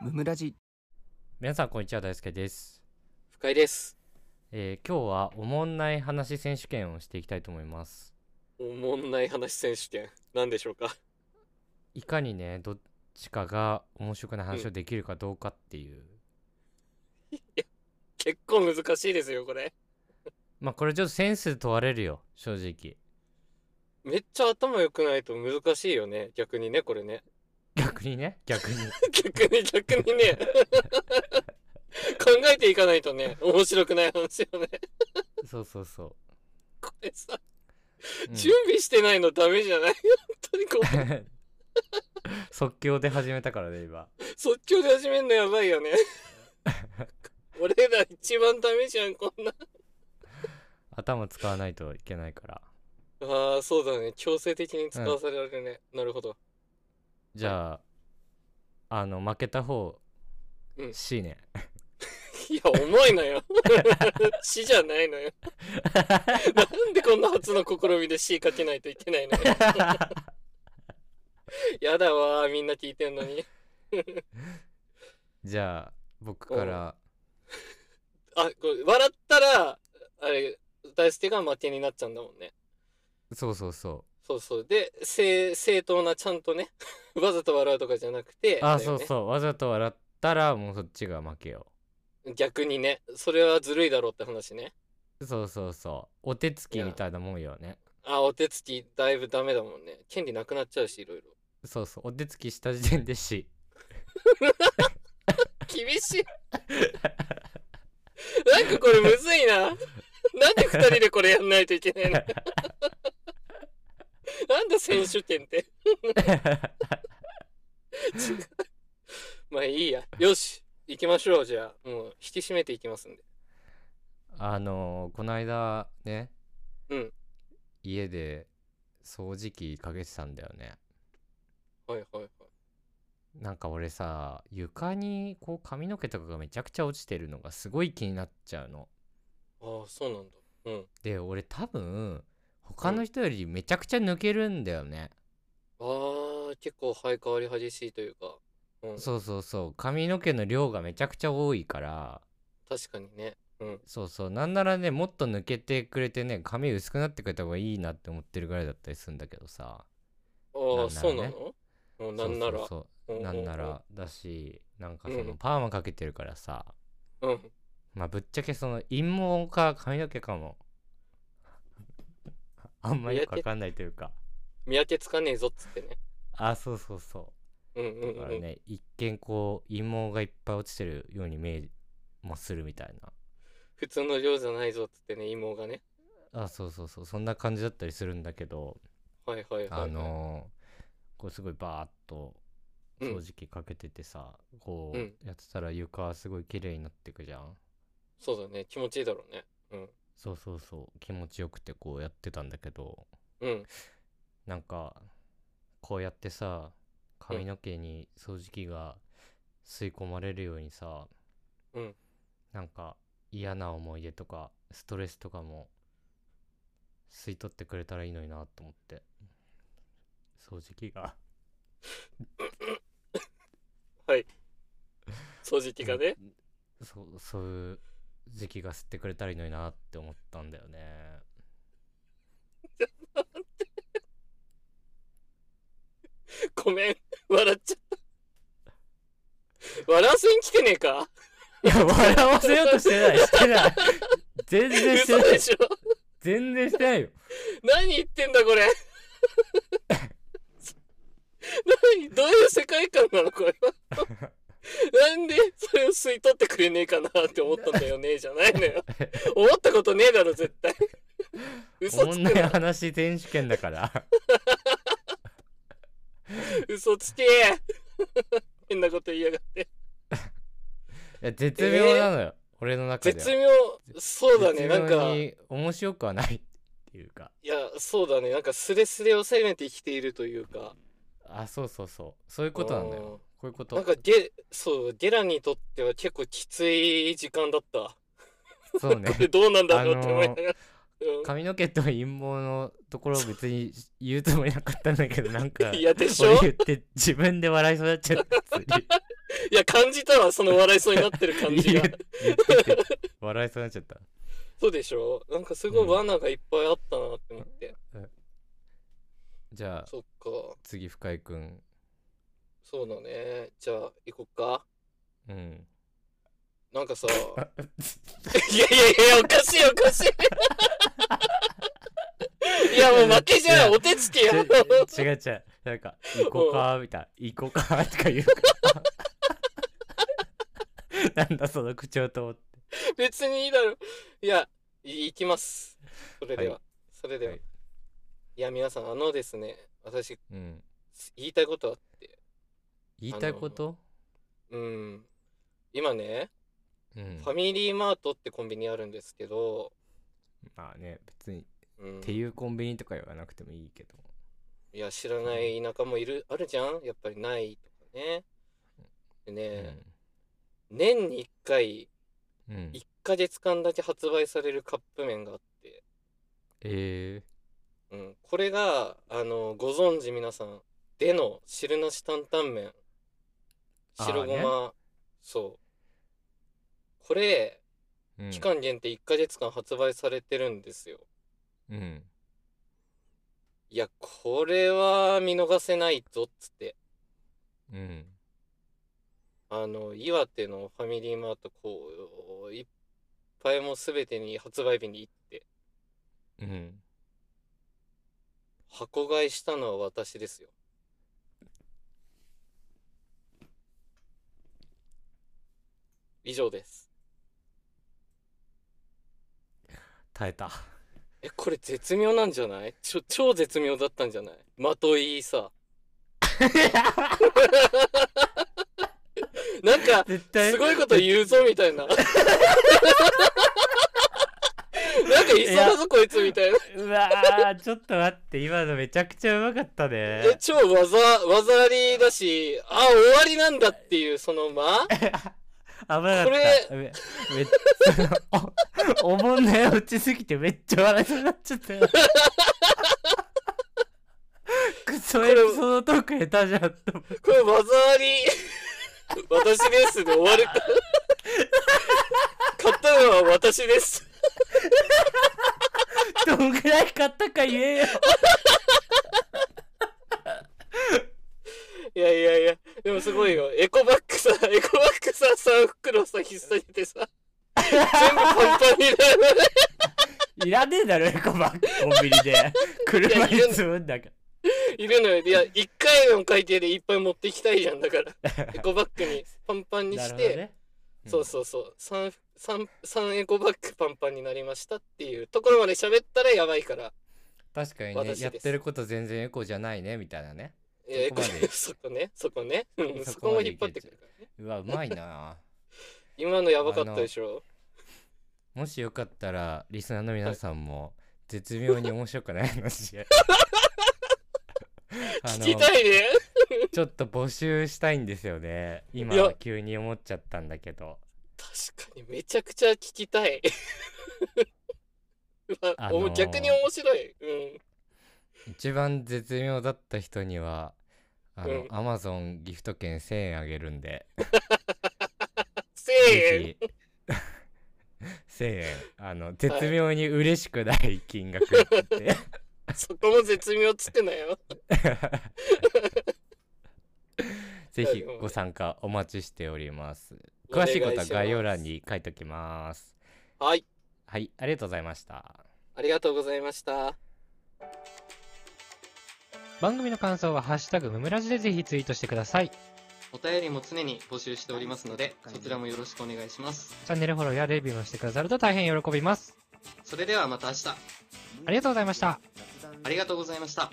村地皆さんこんにちは大輔です、深井です。えー今日はおもんない話選手権をしていきたいと思いますおもんない話選手権。何でしょうかいかにねどっちかが面白くない話をできるかどうかっていう、結構難しいですよ、これ。まあこれちょっとセンス問われるよ正直めっちゃ頭良くないと難しいよね。逆にね、これね。 逆にね逆に逆に逆にね。 考えていかないとね、面白くない話よね。そうそうそこれさ、う、うん準備してないのダメじゃない 本当にこう、 即興で始めたからね今即興で始めるのやばいよね。 俺ら一番ダメじゃん、こんな。頭使わないといけないからああ、そうだね。強制的に使わされるね。なるほど。じゃああの負けた方、うん C ねいや、重いのよ。 死じゃないのよ。なんでこんな初の試みで C かけないといけない のよ。やだわー、みんな聞いてんのに。じゃあ僕からあ、これ笑ったら、あれ、大輔が負けになっちゃうんだもんね。そうそうそうそうそう。で、正、正当な、ちゃんとね、 わざと笑うとかじゃなくて、あ、だそようねそうわざと笑ったらもうそっちが負けよ逆にね、それはずるいだろうって話ね。そうそうそうお手つきみたいなもんよねあ、お手つき、だいぶダメだもんね。権利なくなっちゃうし、いろいろ。そうそうお手つきした 時点で死厳しいなんかこれむずいななんで二人でこれやんないといけないのなんだ選手権って違うまあいいやよし行きましょうじゃあもう引き締めていきますんであのー、この間ねうん家で掃除機かけてたんだよねはいはいはいなんか俺さ床にこう髪の毛とかがめちゃくちゃ落ちてるのがすごい気になっちゃうのああそうなんだうんで俺多分他の人よりめちゃくちゃ抜けるんだよね、あー結構生え変わり激しいというか、うん、そうそうそう髪の毛の量がめちゃくちゃ多いから確かにねうんそうそうなんならねもっと抜けてくれてね髪薄くなってくれた方がいいなって思ってるぐらいだったりするんだけどさあなんならねあそうなのうんなんならそううそうそうなんなうらだしなんかそうのんパーマかけてるからさ、うんうんまあぶっちゃけその陰毛か髪の毛かも あんまよくわかんないというか見分けつかねえぞっつってねあそうそうそうんうんうだかうらん、ね一見こう陰毛がいっぱい落ちてるように見えもするみたい普通の量じゃないぞっつってね妹がねなあそうそうそうそんな感じだったりするんだけどはいはいはいはいあのー、こうすごいバーっとうん掃除機かけててさ、こうんうやってたら床はすごい綺麗になってくじゃんそうだね気持ちいいだろうねうんそうそうそう気持ちよくてこうやってたんだけどうんなんかこうやってさ髪の毛に掃除機が吸い込まれるようにさ、うんなんか嫌な思い出とかストレスとかも吸い取ってくれたらいいのになと思って掃除機がはい掃除機がねそうそういう時期が吸ってくれたらいいのになって思ったんだよねごめん笑っちゃった笑わせに来てねえかいや笑わせようとしてないしてない全然して嘘なでいしょ全然してないよ何言ってんだこれ何どういう世界観なのこれはなんでそれを吸い取ってくれねえかなって思ったんだよねじゃないのよ思ったことねえだろ絶対嘘おもつんくないな話選手権だから嘘つけ 変なこと言いやがっていや絶妙なのよ、俺の中では絶妙そうだねなん絶か妙いに面白くはないっていうかやそうだねなんかスレスレを攻めて生きているというかあそうそうそうそういうことなんだよこういうこなとんかゲそうゲラにとっては結構きつい時間だったそう これねどうなんだろうって思いながら、う髪の毛と陰謀のところを別に言うつもりなかったんだけどなんかん。いや、でしょ俺言って自分で笑いそうになっちゃった普通にいや、感じたわ、その笑いそうになってる感じが言。う言ってて笑いそうになっちゃったそうでしょなんかすごい罠がいっぱいあったなって思って。じゃあそっか。次深井君そうだね。じゃあ、行こっか。うんなんかさ、 いやいやいや、おかしいおかしい。いや、もう負けじゃん、お手つきちや。違う違うなんか「行こうか」みたいな「行こうか」とか言うから なんだその口調と思って別にいいだろ。いや、い行きます。それでは。はそれでは。はいい、や、皆さん、あのですね、私、うん言いたいことあって、言いたいこと、うん。今ね、うんファミリーマートってコンビニあるんですけど、まあね別にうん、っていうコンビニとか言わなくてもいいけどいや、知らない田舎もいる、あるじゃんやっぱりないとかね。でね、年に1回、うん、うん1ヶ月間だけ発売されるカップ麺があって、えうん、これが、あの、ご存知皆さん、での汁なし担々麺。あー白ごねま、そう。これ、ーうん期間限定1ヶ月間発売されてるんですよ。うんいや、これは見逃せないぞ、っつって。うんあの、岩手のファミリーマート、こう、いっぱいもうすべてに発売日に行って、うん箱買いしたのは私ですよ。以上です。耐えたえ、これ絶妙なんじゃないちょ、超絶妙だったんじゃないまといさ。なんか、絶対すごいこと言うぞみたいな。なんかいそうだぞこいつみたいな。うわーちょっと待って今のめちゃくちゃうまかったねえ、超技、技ありだし、あ、終わりなんだっていう、その間危なかったこれめめそのおおもんない落ちすぎてめっちゃ笑いそうになっちゃったよクソエピソードトーク下手じゃんと思ってこれ技あり、私ですで終わるか。買ったのは私です。どんぐらい買ったか言えよいやいやいや、でもすごいよ。エコバッグさ、エコバッグさ、3袋さ、ひっさげてさ、全部パンパンになる。いらねえだろエコバッグコンビニで車に積むんだかいるのよ。いや、1回の会計でいっぱい持ってきたいじゃんだから。エコバッグにパンパンらになしるほどて、ねそうそうそう3三三エコバッグパンパンになりましたっていうところまで喋ったらやばいから確かにね私やっですてること全然エコじゃないねみたいなねいやエコそこまで そこねそこね、うん、そこそこまもで引いっけちゃ張うってくるからねうわうまいな今のやばかったでしょもしよかったらリスナーの皆さんも絶妙に面白くない話 あ聞のきたいねちょっと募集したいんですよね今いや急に思っちゃったんだけど確かにめちゃくちゃ聞きたい まああのーお逆に面白い、うん、一番絶妙だった人にはあの、うん Amazon ギフト券1000円あげるんで1000円ぜひ 1000円あの絶妙に嬉しくない金額でそこも絶妙つくなよ ぜひご参加お待ちしております詳しいことは概要欄に書いておきますお願いしますははいいありがとうございましたありがとうございました番組の感想は「ハッシュタグムムラジ」でぜひツイートしてくださいチお便りも常に募集しておりますのでそちらもよろしくお願いしますャンネルフォローやレビューもしてくださると大変喜びますそれではまた明日ありがとうございましあたりがとうございました